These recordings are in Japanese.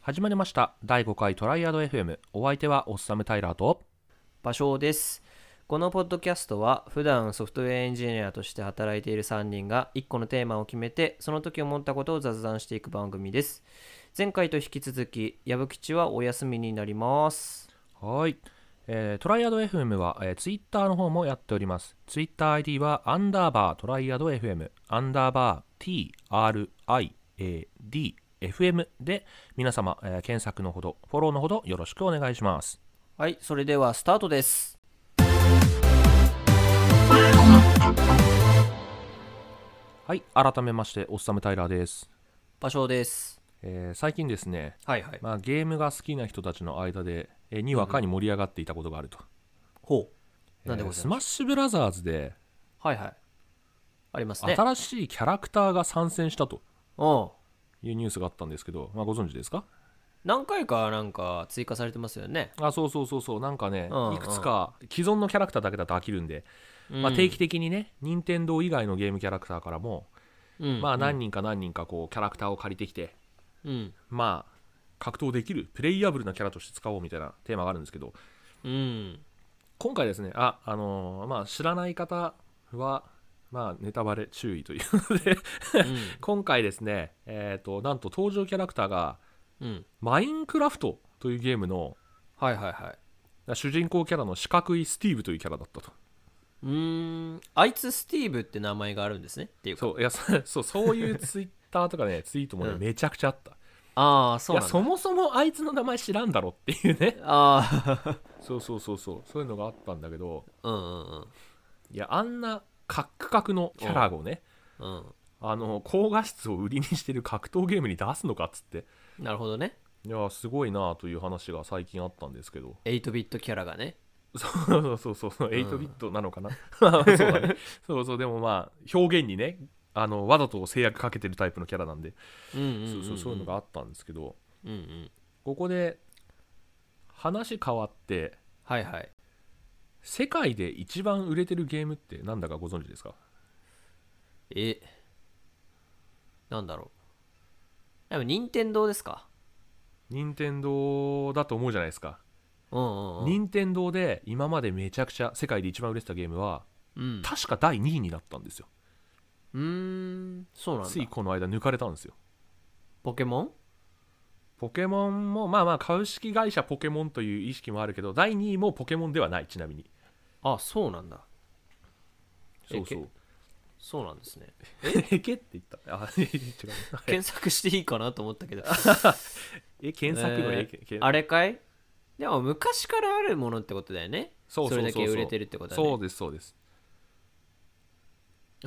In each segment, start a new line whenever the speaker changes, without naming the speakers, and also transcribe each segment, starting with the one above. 始まりました第5回トライアド FM お相手はオッサム・タイラーと
場所ですこのポッドキャストは普段ソフトウェアエンジニアとして働いている3人が1個のテーマを決めてその時思ったことを雑談していく番組です前回と引き続き矢吹吉はお休みになります
はい、えートライアド FM は、えー、ツイッターの方もやっておりますツイッター ID はアンダーバートライアド FM アンダーバー TRIADFM で皆様、えー検索のほどフォローのほどよろしくお願いします
はいそれではスタートです
はい改めましてオッサム・タイラーです、
場所です
えー最近ですね
はいはい
まあ、ゲームが好きな人たちの間で、えーにわかに盛り上がっていたことがあると、
ほうなんで
えー
ござ
ス
い
マ
ま
ッシュブラザーズで
うはいはいありますね
新しいキャラクターが参戦したと
うん
いうニュースがあったんですけど、まあ、ご存知ですか
何回かなんか追加されてますよね、
あそうそうそうそうなんかね、
うんうん
いくつか既存のキャラクターだけだと飽きるんで、まあ、定期的にね任天堂以外のゲームキャラクターからも、
うん
まあ、何人か何人かこうキャラクターを借りてきて
うん
まあ格闘できるプレイアブルなキャラとして使おうみたいなテーマがあるんですけど
うん
今回ですねああのーまあ知らない方はまあネタバレ注意という ので今回ですねえっ、となんと登場キャラクターが
うん、うん、
マインクラフトというゲームの
はいはいはい
主人公キャラの四角いスティーブというキャラだったと
うーんあいつスティーブって名前があるんですねっていうか
そういやそそうそういうツイッターとか ねツイートもね
うん
めちゃくちゃあった、
ああそう
いや
なんだ
そもそもあいつの名前知らんだろっていうね
あ
そうそうそうそうそういうのがあったんだけど
あうんうん
いやあんなカックカクのキャラをね、
うんう
あの高画質を売りにしてる格闘ゲームに出すのかっつって
んなるほどね
いやすごいなという話が最近あったんですけど
8ビットキャラがね
そうそうそうそう8ビットなのか な、そうだね そうそうでもまあ表現にねあのわざと制約かけてるタイプのキャラなんで
うんうん
そうそうそういうの
が
があったんですけど
うんうん
ここで話変わって
はいはい
世界で一番売れてるゲームってなんだかご存知ですか
えなんだろうでも任天堂ですか
任天堂だと思うじゃないですか
うんうんうん
任天堂で今までめちゃくちゃ世界で一番売れてたゲームは
うん
確か第2位になったんですよ
うーんそうなん
つい
だ
この間抜かれたんですよ
ポケモン
ポケモンもまあまあ株式会社ポケモンという意識もあるけど第2位もポケモンではないちなみに
あそうなんだえ
そうそう
そうなんですね
えけって言った あ違うはい
検索していいかなと思ったけど
え検索のえけけ
あれかいでも昔からあるものってことだよね
そうそうそうそう
れだけ売れてるってことだ
そう
ね
ですそうです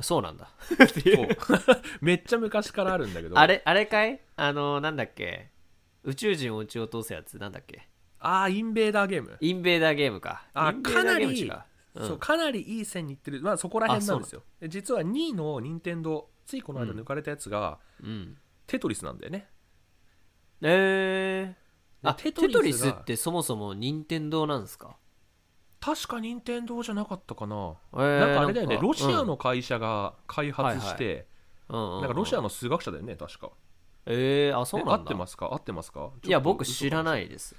そうそうなんだ
そう めっちゃ昔からあるんだけど
あれあれかいあのなんだっけ宇宙人を撃ち落とすやつなんだっけ
あーインベーダーゲーム、
インベーダーゲームか
あ
インベーダーゲーム違う
か
うん
そうかなりいい線にいってる、まあ、そこら辺なんですよで実は2位の任天堂ついこの間抜かれたやつが、
うん
テトリスなんだよね
えー、あ
テ
テ
ト
ト
リスが
リスってそもそも任天堂なんですか
確か任天堂じゃなかったかな、
えー
なんかあれだよねロシア
うん
の会社が開発して、
うんうん
なんかロシア
の
の数学者だよね確か
えー、あそう
え
なんだ
合ってますか合ってますか
いや僕知ら
い
ないです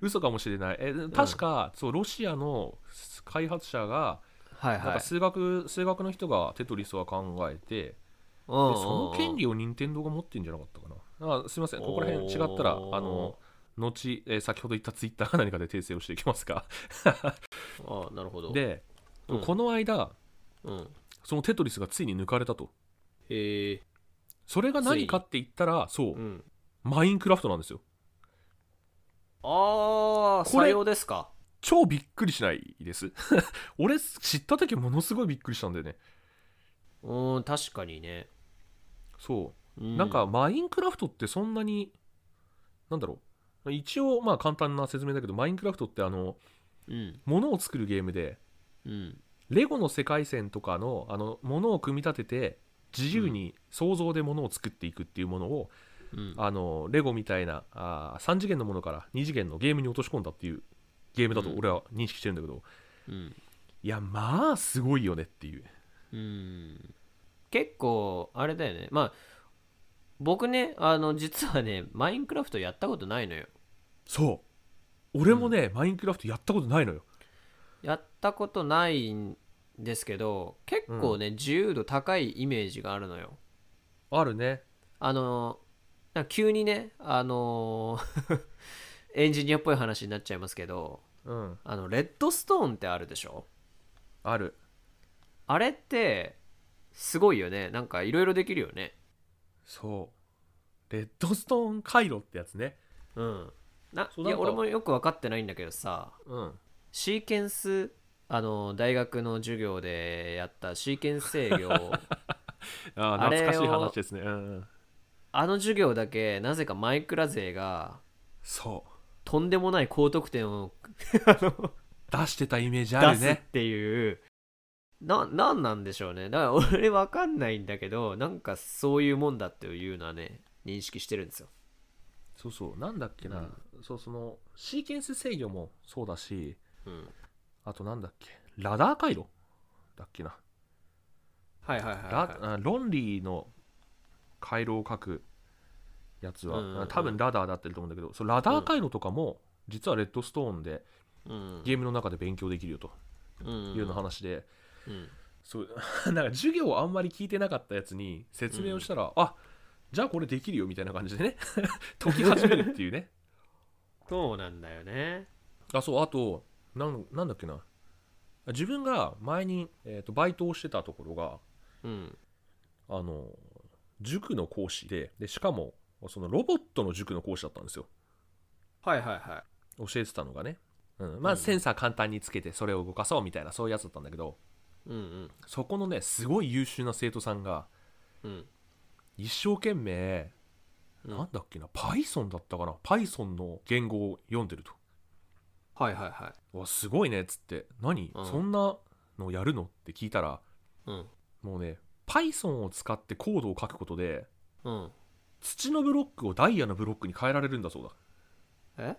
嘘かもしれないえ確か、そうロシアの開発者が
はい
なん
はい
か数学、数学の人がテトリスは考えて、
うんうんう
で
ん
その権利を任天堂が持ってんじゃなかったかな。あすいません、ここら辺違ったら、あ
おー
の、後、えー先ほど言ったツイッターか何かで訂正をしていきますが。
あなるほど、
で、
うん
この間、
うん、
そのテトリスがついに抜かれたと。
へえ
それが何かって言ったら、そう、
うん
マインクラフトなんですよ。
ああ、
これ
採用ですか。
超びっくりしないです。 俺、知った時ものすごいびっくりしたんだよね。
うーん、確かにね。
そう。
う
なんか、マインクラフトってそんなに、なんだろう。一応、まあ簡単な説明だけど、マインクラフトってあの、
うん、
物を作るゲームで、
うん、
レゴの世界線とかの、あの、物を組み立てて、自由に想像で物を作っていくっていうものを、
うん。
あの、レゴみたいなあ3次元のものから2次元のゲームに落とし込んだっていうゲームだと
うん
俺は認識してるんだけど、
うん、
いや、まあ、すごいよねっていう。
うん。結構、あれだよね。まあ、僕ね、あの、実はね、マインクラフトやったことないのよ。
そう俺もね、マインクラフトやったことないのよ
やったことないんですけど、結構ね、自由度高いイメージがあるのよ。
あるね
あの、なんか急にね、あの、エンジニアっぽい話になっちゃいますけど、
うん
あの、レッドストーンってあるでしょ
ある
あれって、すごいよね。なんかいろいろできるよね。
そうレッドストーン回路ってやつね
うん。な
そ
いう
なんか
や、俺もよく分かってないんだけどさ、
うん
シーケンス、あの、大学の授業でやったシーケンス制 御、
あー
あれ
懐か
を
しい話ですねうんうん
あの授業だけ、なぜかマイクラ勢が、
そ
とんでもない高得点を
う出してたイメージあ
出
る
すっ
ね
ていう、な、なんなんでしょうね。だから俺分かんないんだけど、なんかそういうもんだっていうのはね、認識してるんですよ。
そうそうなんだっけな、そうそのシーケンス制御もそうだし
うん。
あとなんだっけラダー回路だっけな
はいはいはい、
ラあロンリーの回路を書くやつは、
うんうんうん
多分ラダーだってると思うんだけどそのラダー回路とかも実はレッドストーンで
うん。
ゲームの中で勉強できるよと
うん
いうの話で、
うん。
そう なんか授業をあんまり聞いてなかったやつに説明をしたら、あじゃあこれできるよみたいな感じでね 解き始めるっていう ね
そうなんだよね。
あそうあとなんなんだっけな自分が前に、えーとバイトをしてたところが
うん。
あの塾の講師ででしかもそのロボットの塾の講師だったんですよ
はいはいはい。
教えてたのがね、うん、ま
う
あ
ん
センサー簡単につけてそれを動かそうみたいなそういうやつだったんだけど
うんうん
そこのねすごい優秀な生徒さんが
うん
一生懸命
うん
なんだっけな Python だったかな Python の言語を読んでると
はいはいは
「うわすごいね」っつって「何、
うん
そんなのやるの?」って聞いたら
いうん
もうね Python を使ってコードを書くことで
うん
土のブロックをダイヤのブロックに変えられるんだそうだ
え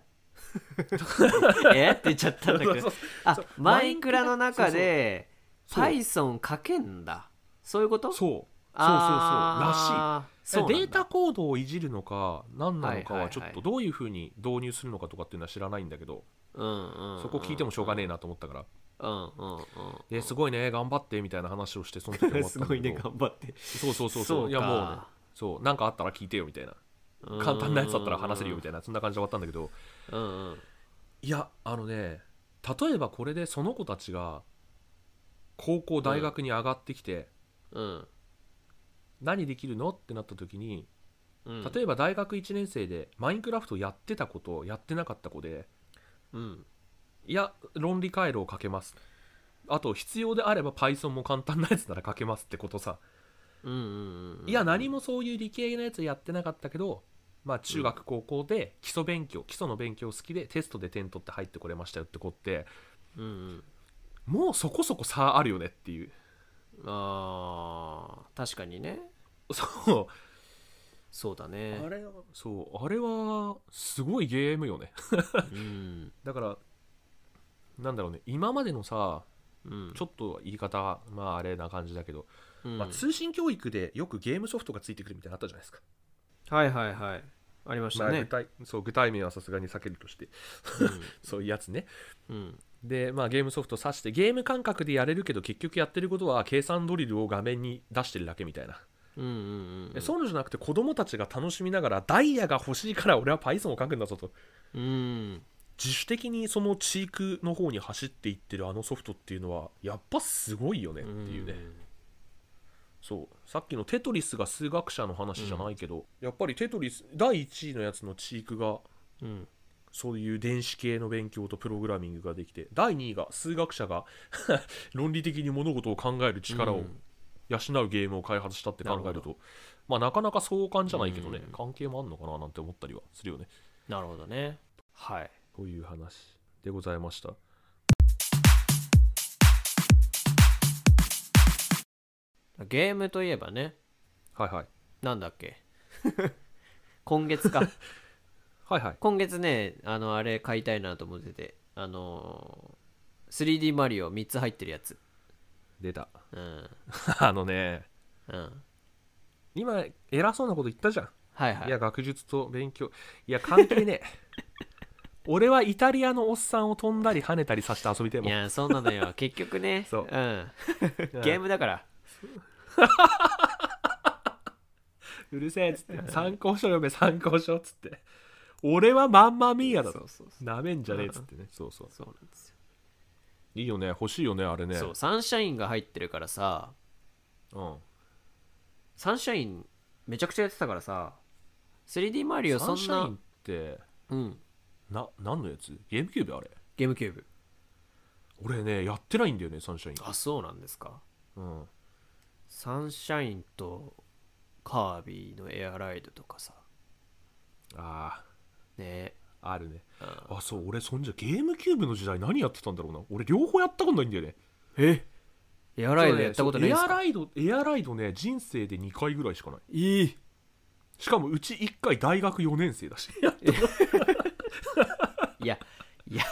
えって言っちゃったんだけどあ
そう
マイクラの中で
そう
Python 書けんだそういうこと
そう
あーそうそう
データ
らし
コードをいじるのか何なのか
はいはいは
はいちょっとどういうふうに導入するのかとかっていうのは知らないんだけど、
いうんうんうん
そこ聞いてもしょうがねえなと思ったから、
うんうんうん
えすごいね頑張ってみたいな話をしてその時終わったん
す
だ
ご
け
いね
ど
頑張って
そうそうそうそういやもうねそうなんかあったら聞いてよみたいな
う
簡単なやつだったら話せるよみ
たい
たいなそんな感じで終わったんだけど
なうんうん
いやあのね例えばこれでその子たちが高校大学に上がってきて、
うん
何できるのってなった時に
うん
例えば大学1年生でマインクラフトやってた子とやってなかった子で
うん
いや論理回路をかけますあと必要であれば Python も簡単なやつなら書けますってことさ
うんうんうん
いや何もそういう理系のやつやってなかったけどまあ中学高校で基礎勉強基礎の勉強好きでテストで点取って入ってこれましたよって子って
うんうん
もうそこそこ差あるよねっていう
あー確かにね
そう
そうだね
あれはそうあれはすごいゲームよね
うん
だからなんだろうね今までのさ
うん
ちょっと言い方まああれな感じだけど、
うん
まあ、通信教育でよくゲームソフトがついてくるみたいなのあったじゃないですか、
はいはいはいありまし
ま
た
あ
ね
具、体そう具体名はさすがに避けるとしてそういうやつね
うんうん
で、まあ、ゲームソフト指してゲーム感覚でやれるけど結局やってることは計算ドリルを画面に出してるだけみたいな、
うんうんう
え
ん
そういうのじゃなくて子供たちが楽しみながらダイヤが欲しいから俺は Python を書くんだぞと
うん
自主的にその地域の方に走っていってるあのソフトっていうのはやっぱすごいよねっていうね、そうさっきのテトリスが数学者の話じゃないけど、やっぱりテトリス第1位のやつのチークが
うん
そういう電子系の勉強とプログラミングができて第2位が数学者が 論理的に物事を考える力
う
を
ん
養うゲームを開発したって考え
な
る
る
と、まあなかなか相関じゃないけどね、
うん
関係もあんのかななんて思ったりはするよね
なるほどねはい
という話でございました
ゲームといえばね
はいはい
なんだっけ 今月 か
はいはい
今月ねあのあれ買いたいなと思っててあのー、3D マリオ3つ入ってるやつ
出た
うん
あのね
うん
今偉そうなこと言ったじゃん、、
はいはいい
や学術と勉強いや関係 ねえ俺はイタリアのおっさんを飛んだり跳ねたりさせて遊びてえ
い
もん
やそうな のよ結局ね、
そうん
ゲームだから
うるせえっつって参考書読め参考書っつって俺はマンマミーヤだ
そ
と
うそうそう
なめんじゃねえっつってねそうそう
そうなんですよ、
いいよね欲しいよねあれね
そうサンシャインが入ってるからさ
うん
サンシャインめちゃくちゃやってたからさ 3D マリオ
サ
そ
ンシ
ん
ャイン
な
って
うん
な何のやつゲームキューブあれ
ゲームキューブ
俺ねやってないんだよねサンシャイ
あそうなんですか
ンうん
サンシャインとカービィのエアライドとかさ
あ
ね
ああるね
うん
あそう俺そんじゃゲームキューブの時代何やってたんだろうな俺両方やったことないんだよね
えエアライドやったことないんです
そうねエア
か
ライドエアライドね人生で2回ぐらいしかない
いい
しかもうち1回大学4年生だし
いやいや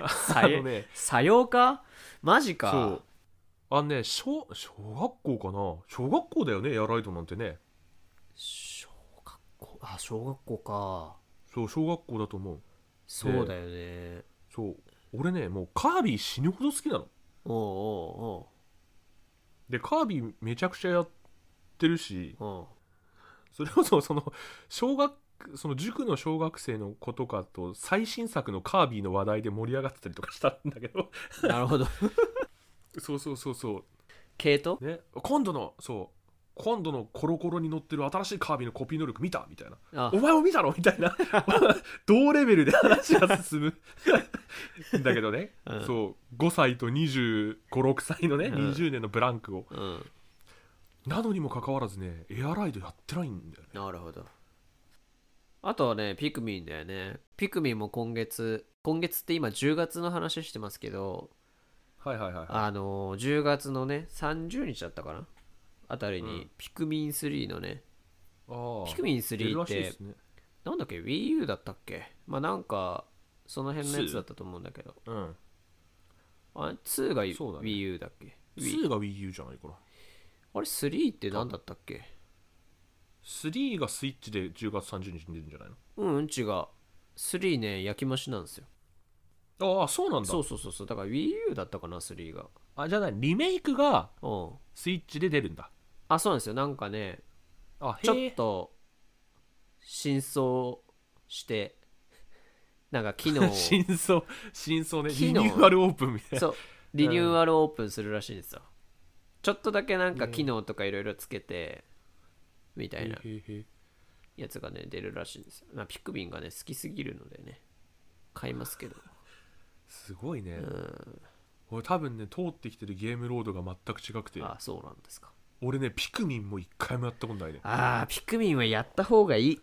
あ
さ
の
よ
ね
さようかマジか
そうあのね小小学校かな小学校だよねエアライドなんてね
小学校あ小学校か
そう小学校だと思う
そうだよね
そう俺ねもうカービィ死ぬほど好きなの
お
でカービィめちゃくちゃやってるし
うおうおうおう
それこそ その小学その塾の小学生の子とかと最新作のカービィの話題で盛り上がってたりとかしたんだけど
なるほど
そうそうそうそ
系統
うね今度のそう今度のコロコロに乗ってる新しいカービィのコピー能力見たみたいな
あ
お前も見たのみたいな 同レベルで話が進む んだけどね、
うん
そう5歳と2 5 6歳のね、
うん
20年のブランクを
うん
なのにもかかわらずねエアライドやってないんだよね
なるほどあとはねピクミンだよねピクミンも今月今月って今10月の話してますけど
はいはいはい
あのー10月のね30日だったかなあたり
う
に
ん
ピクミン3のね、
ああ
ピクミン
出る
3
ら
っ
しい
て
ですね
なんだっけ WiiU だったっけまあなんかその辺のやつだったと思うんだけど
うん
あ2が
そうだね
WiiU だっけ Wii
2が WiiU じゃないかな
あれ3って何だったっけ
3がスイッチで10月30日に出るんじゃない
うんうん違う3ね焼き増しなんですよ
のああそうなんだ
そうそうそうそうだから WiiU だったかな3が
あじゃあないリメイクが
うん
スイッチで出るんだ
あそうなんですよなんかね
あ
ち
へ
ょ
え
っと真相してなんか機能 を
真相真相ね
機
リ
能
ニューアルオープンみたいな
そうリニューアルオープンするらしいんですよちょっとだけなんか機能とかいろいろつけてみたいな
へえへえへえ
やつがね出るらしいんですよまあピクミンがね好きすぎるのでね買いますけど
すごいね、
うん
俺多分ね通ってきてるゲームロードが全く違くて
あそうなんですか
俺ねピクミンも一回もやったことないね
あーピクミンはやった方がい い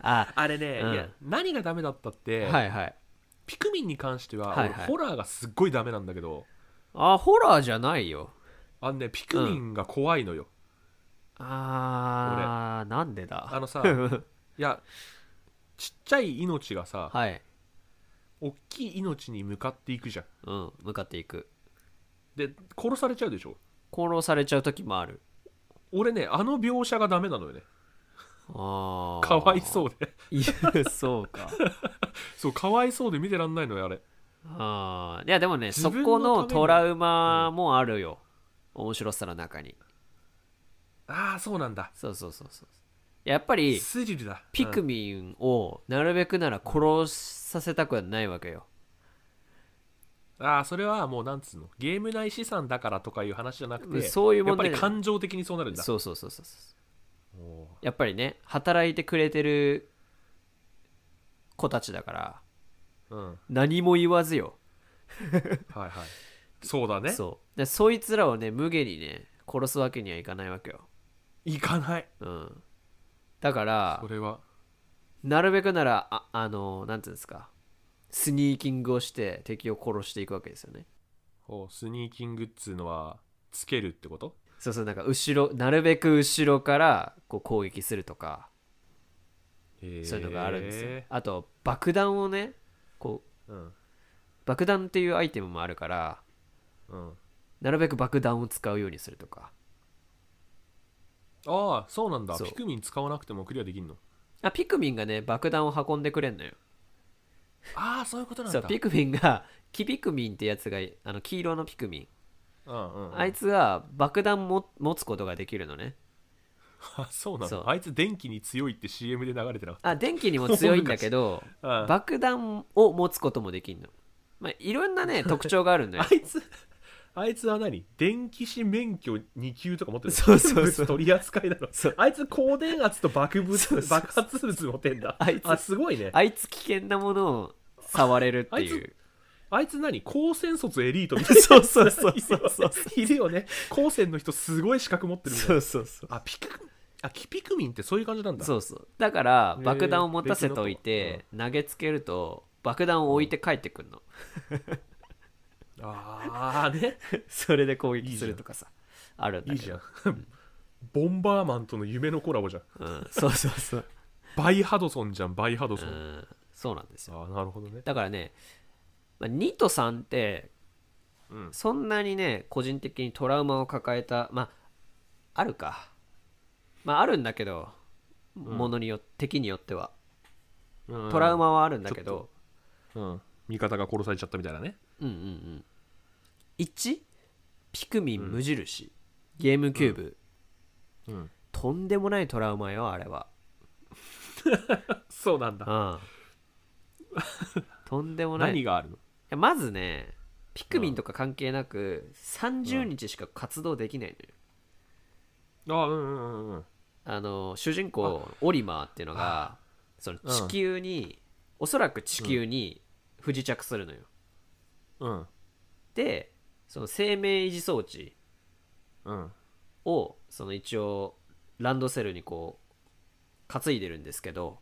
あ
あれね、
うん
いや何がダメだったって、
はいはい
ピクミンに関しては、
はいは
俺
い
ホラーがすっごいダメなんだけど
あホラーじゃないよ
あのねピクミンが怖いのよ、
あーなんでだ
あのさ
はい
やちっちゃい命がさ
い、
大きい命に向かっていくじゃん
うん、向かっていく
で殺されちゃうでしょ
殺されちゃう時もある
俺ねあの描写がダメなのよね
ああ
かわい
うん
そうで
いやそうか
そうかわいそうで見てらんないのよあれ
あーいやでもね
自
そ
分
こ
のため
の
に
トラウマもあるよ、面白さの中に
ああそうなんだ
そうそうそうそうやっぱり
スリルだ
ピク
ミ
ミンをなるべくなら殺させたくはないわけよ
ンああそれはもうなんつうのゲーム内資産だからとかいう話じゃなくて
そういう
や
問
っぱ
題
り感情的にそうなるんだ
そうそうそうそうそう
おー
やっぱりね働いてくれてる子たちだから
うんは
何も言わずよ
いはいそうだね
そうでそいつらをね無下にね殺すわけにはいかないわけよ、
行かない
うん、だから
それは
なるべくならああのなんていうんですかスニーキングをして敵を殺していくわけですよね
おスニーキングっつうのはつけるってこと
そうそうなんか後ろなるべく後ろからこう攻撃するとかそういうのがあるんですよ、
へ
あと爆弾をねこう
ーうん
爆弾っていうアイテムもあるから
うん
なるべく爆弾を使うようにするとか
ああそうなんだ
そう
ピクミン使わなくてもクリアできんの
あピクミンがね爆弾を運んでくれんのよ
ああそういうことなん
そ
だ
うピクミンがキピクミンってやつがあの黄色のピクミン、
うんうんうん、
あいつが爆弾も持つことができるのね
あそうな
そう
のあいつ電気に強いって CM で流れてなかっ
あ電気にも強いんだけ ど
たああ
爆弾を持つこともできるの、まあ、いろんな ね特徴があるんだよ
あいつあいつは何電気士免許2級とか持ってる
そうそうそ
物
う
取り扱いなの
そう
あいつ高電圧と爆物
そうそうそう
爆発物持ってんだ
あいつ
すごいねあ
あいつ危険なものを触れるっていう
いつ何高専卒エリートみたいな
そうそうそうそうそう
いるよね高専の人すごい資格持ってるみたいな
そうそうそう
あピクあキピクミンってそういう感じなんだ
そうそうだから
へー
爆弾を持たせといて投げつけると爆弾を置いて帰ってくんの、
ああ ね
それで攻撃するとかさあるんだ
いい
けど
じゃんボンバーマンとの夢のコラボじゃん
うん、そうそうそう、
バイハドソンじゃんバイハド
う
ソン、
ん、そうなんですよ
ああなるほどね
だからね、まあ、2と3って
うん
そんなにね個人的にトラウマを抱えたまああるかまああるんだけど、ものによ敵によってはトラウマはあるんだ
ち
け
ょ
ど、
うん味方が殺されちゃったみたいなね
うんうんうん1ピクミン無印、ゲームキューブ、
うん
とんでもないトラウマよあれは
そうなんだ
うんとんでもない
何があるの
いやまずねピクミンとか関係なく、30日しか活動できないのよ、
あうんうんうんうん
あの主人公オリマーっていうのがその
うん
地球に、おそらく地球に不時着するのよ、
うん
でその生命維持装置
うん
をその一応ランドセルにこう担いでるんですけ ど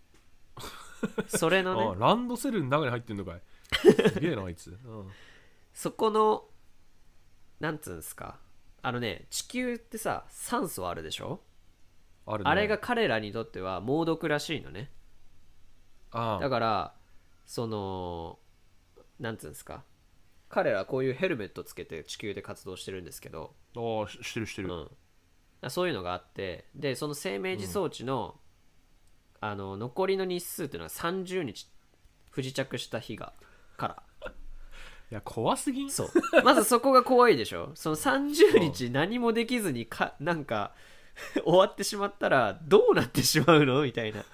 それのね
あランドセルの中に入ってんの かいすげえなあいつ、うん、
そこのなんつうんですかあのね地球ってさ酸素あるでしょ
あるね
あれが彼らにとっては猛毒らしいのね
あ
だからそのなんつうんですか彼らこういうヘルメットつけて地球で活動してるんですけど、
あししてるして
う
る、
ん、そういうのがあってでその生命維持装置の,、あの残りの日数っていうのは30日不時着した日がから
いや怖すぎん
そう まずそこが怖いでしょその30日何もできずにかなんか終わってしまったらどうなってしまうのみたいな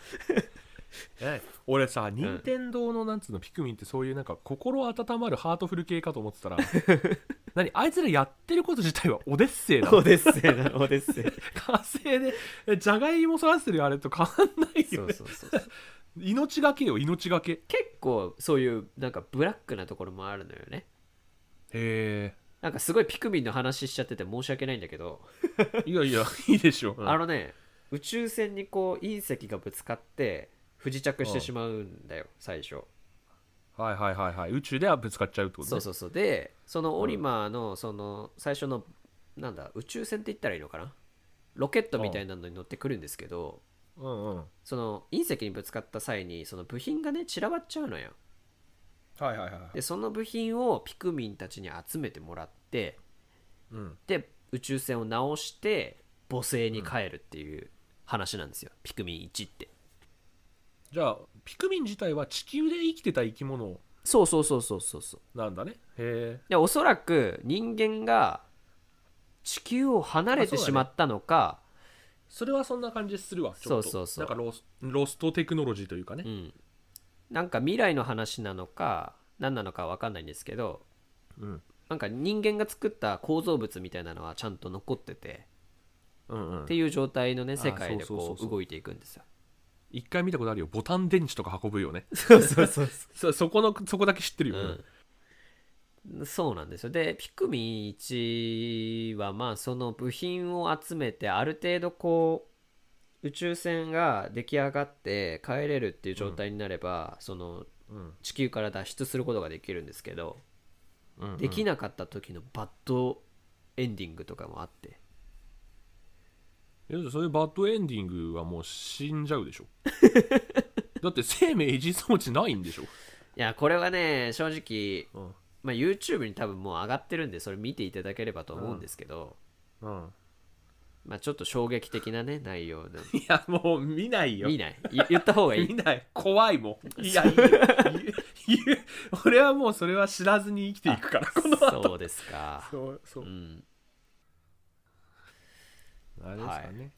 え俺さ任天堂のなんつうのピクミンってそういうなんか心温まるハートフル系かと思って たら何あいつらやってること自体はオデッセイだ
オデッセイなオデッセイ
火星でえじゃがいも育ててるあれと変わんない
そ
よ
う
ね
そうそうそう
命がけよ命がけへ
結構そういうなんかブラックなところもあるのよね
え
なんかすごいピクミンの話しちゃってて申し訳ないんだけど、
いやいやいいでしょう、うん
あのね宇宙船にこう隕石がぶつかって不時着してしまうんだよ最初
はいはいはいはい宇宙ではぶつかっちゃうってことね
そうそうそうでそのオリマーのその最初のなんだ宇宙船って言ったらいいのかなロケットみたいなのに乗ってくるんですけど
うんうん
その隕石にぶつかった際にその部品がね散らばっちゃうのよ
はいはいはいはい
でその部品をピクミンたちに集めてもらって
うん
で宇宙船を直して母星に帰るっていう話なんですよ、ピクミン1って
じゃあピクミン自体は地球で生きてた生き物
そうそうそうそうそうそう
なんだねへえ
でおそらく人間が地球を離れて
あそうだね
しまったのか
それはそんな感じするわちょっと
そうそうそう
なんかロスロストテクノロジーというかね、
うん、なんか未来の話なのか何なのか分かんないんですけど、
うん
なんか人間が作った構造物みたいなのはちゃんと残ってて、
うんうん
っていう状態のね
ー
世界で
そうそうそ
こ
う
う
そう
動いていくんですよ。
一回見たことあるよボタン電池とか運ぶよ ね
そうそうそう
そそこのそこだけ知ってるよ、うん
ん、そうなんですよでピクミン1はまあその部品を集めてある程度こう宇宙船が出来上がって帰れるっていう状態になれば、その
うん
地球から脱出することができるんですけど、
うんうん
できなかった時のバッドエンディングとかもあって
いやそういうバッドエンディングはもう死んじゃうで しょだって生命維持装置ないんでしょ、
いやこれはね正直、
うん
まあ、YouTube に多分もう上がってるんでそれ見ていただければと思うんですけど、
うん、
まあ、ちょっと衝撃的なね内容で
いやもう見 ないよ
見ないい言った方がいい
見ない怖いも んいやいいよ言う言う俺はもうそれは知らずに生きていくからこの後
そうですか
そうそううんあれですかね、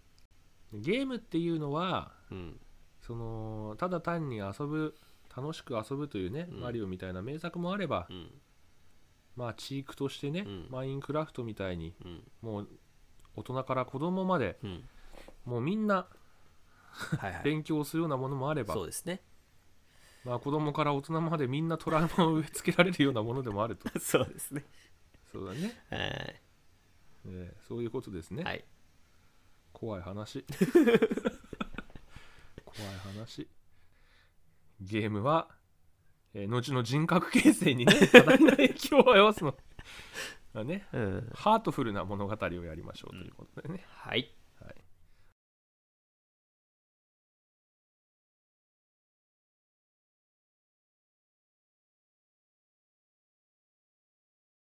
ゲームっていうのは
うん
そのただ単に遊ぶ楽しく遊ぶというね、
うん
マリオみたいな名作もあれば、
うん
まあチークとしてね、
うん
マインクラフトみたいに
うん
もう大人から子供まで
うん
もうみんな
はいはい
勉強するようなものもあれば、
そうですね
まあ、子供から大人までみんなトラウマを植え付けられるようなものでもあると
そうですね
そうだね、
はい
えーそういうことですね、
はい
怖い話怖い話ゲームは、えー後の人格形成にね多大な影響を及ぼすのまあね
うん
ハートフルな物語をやりましょうということでね、
はい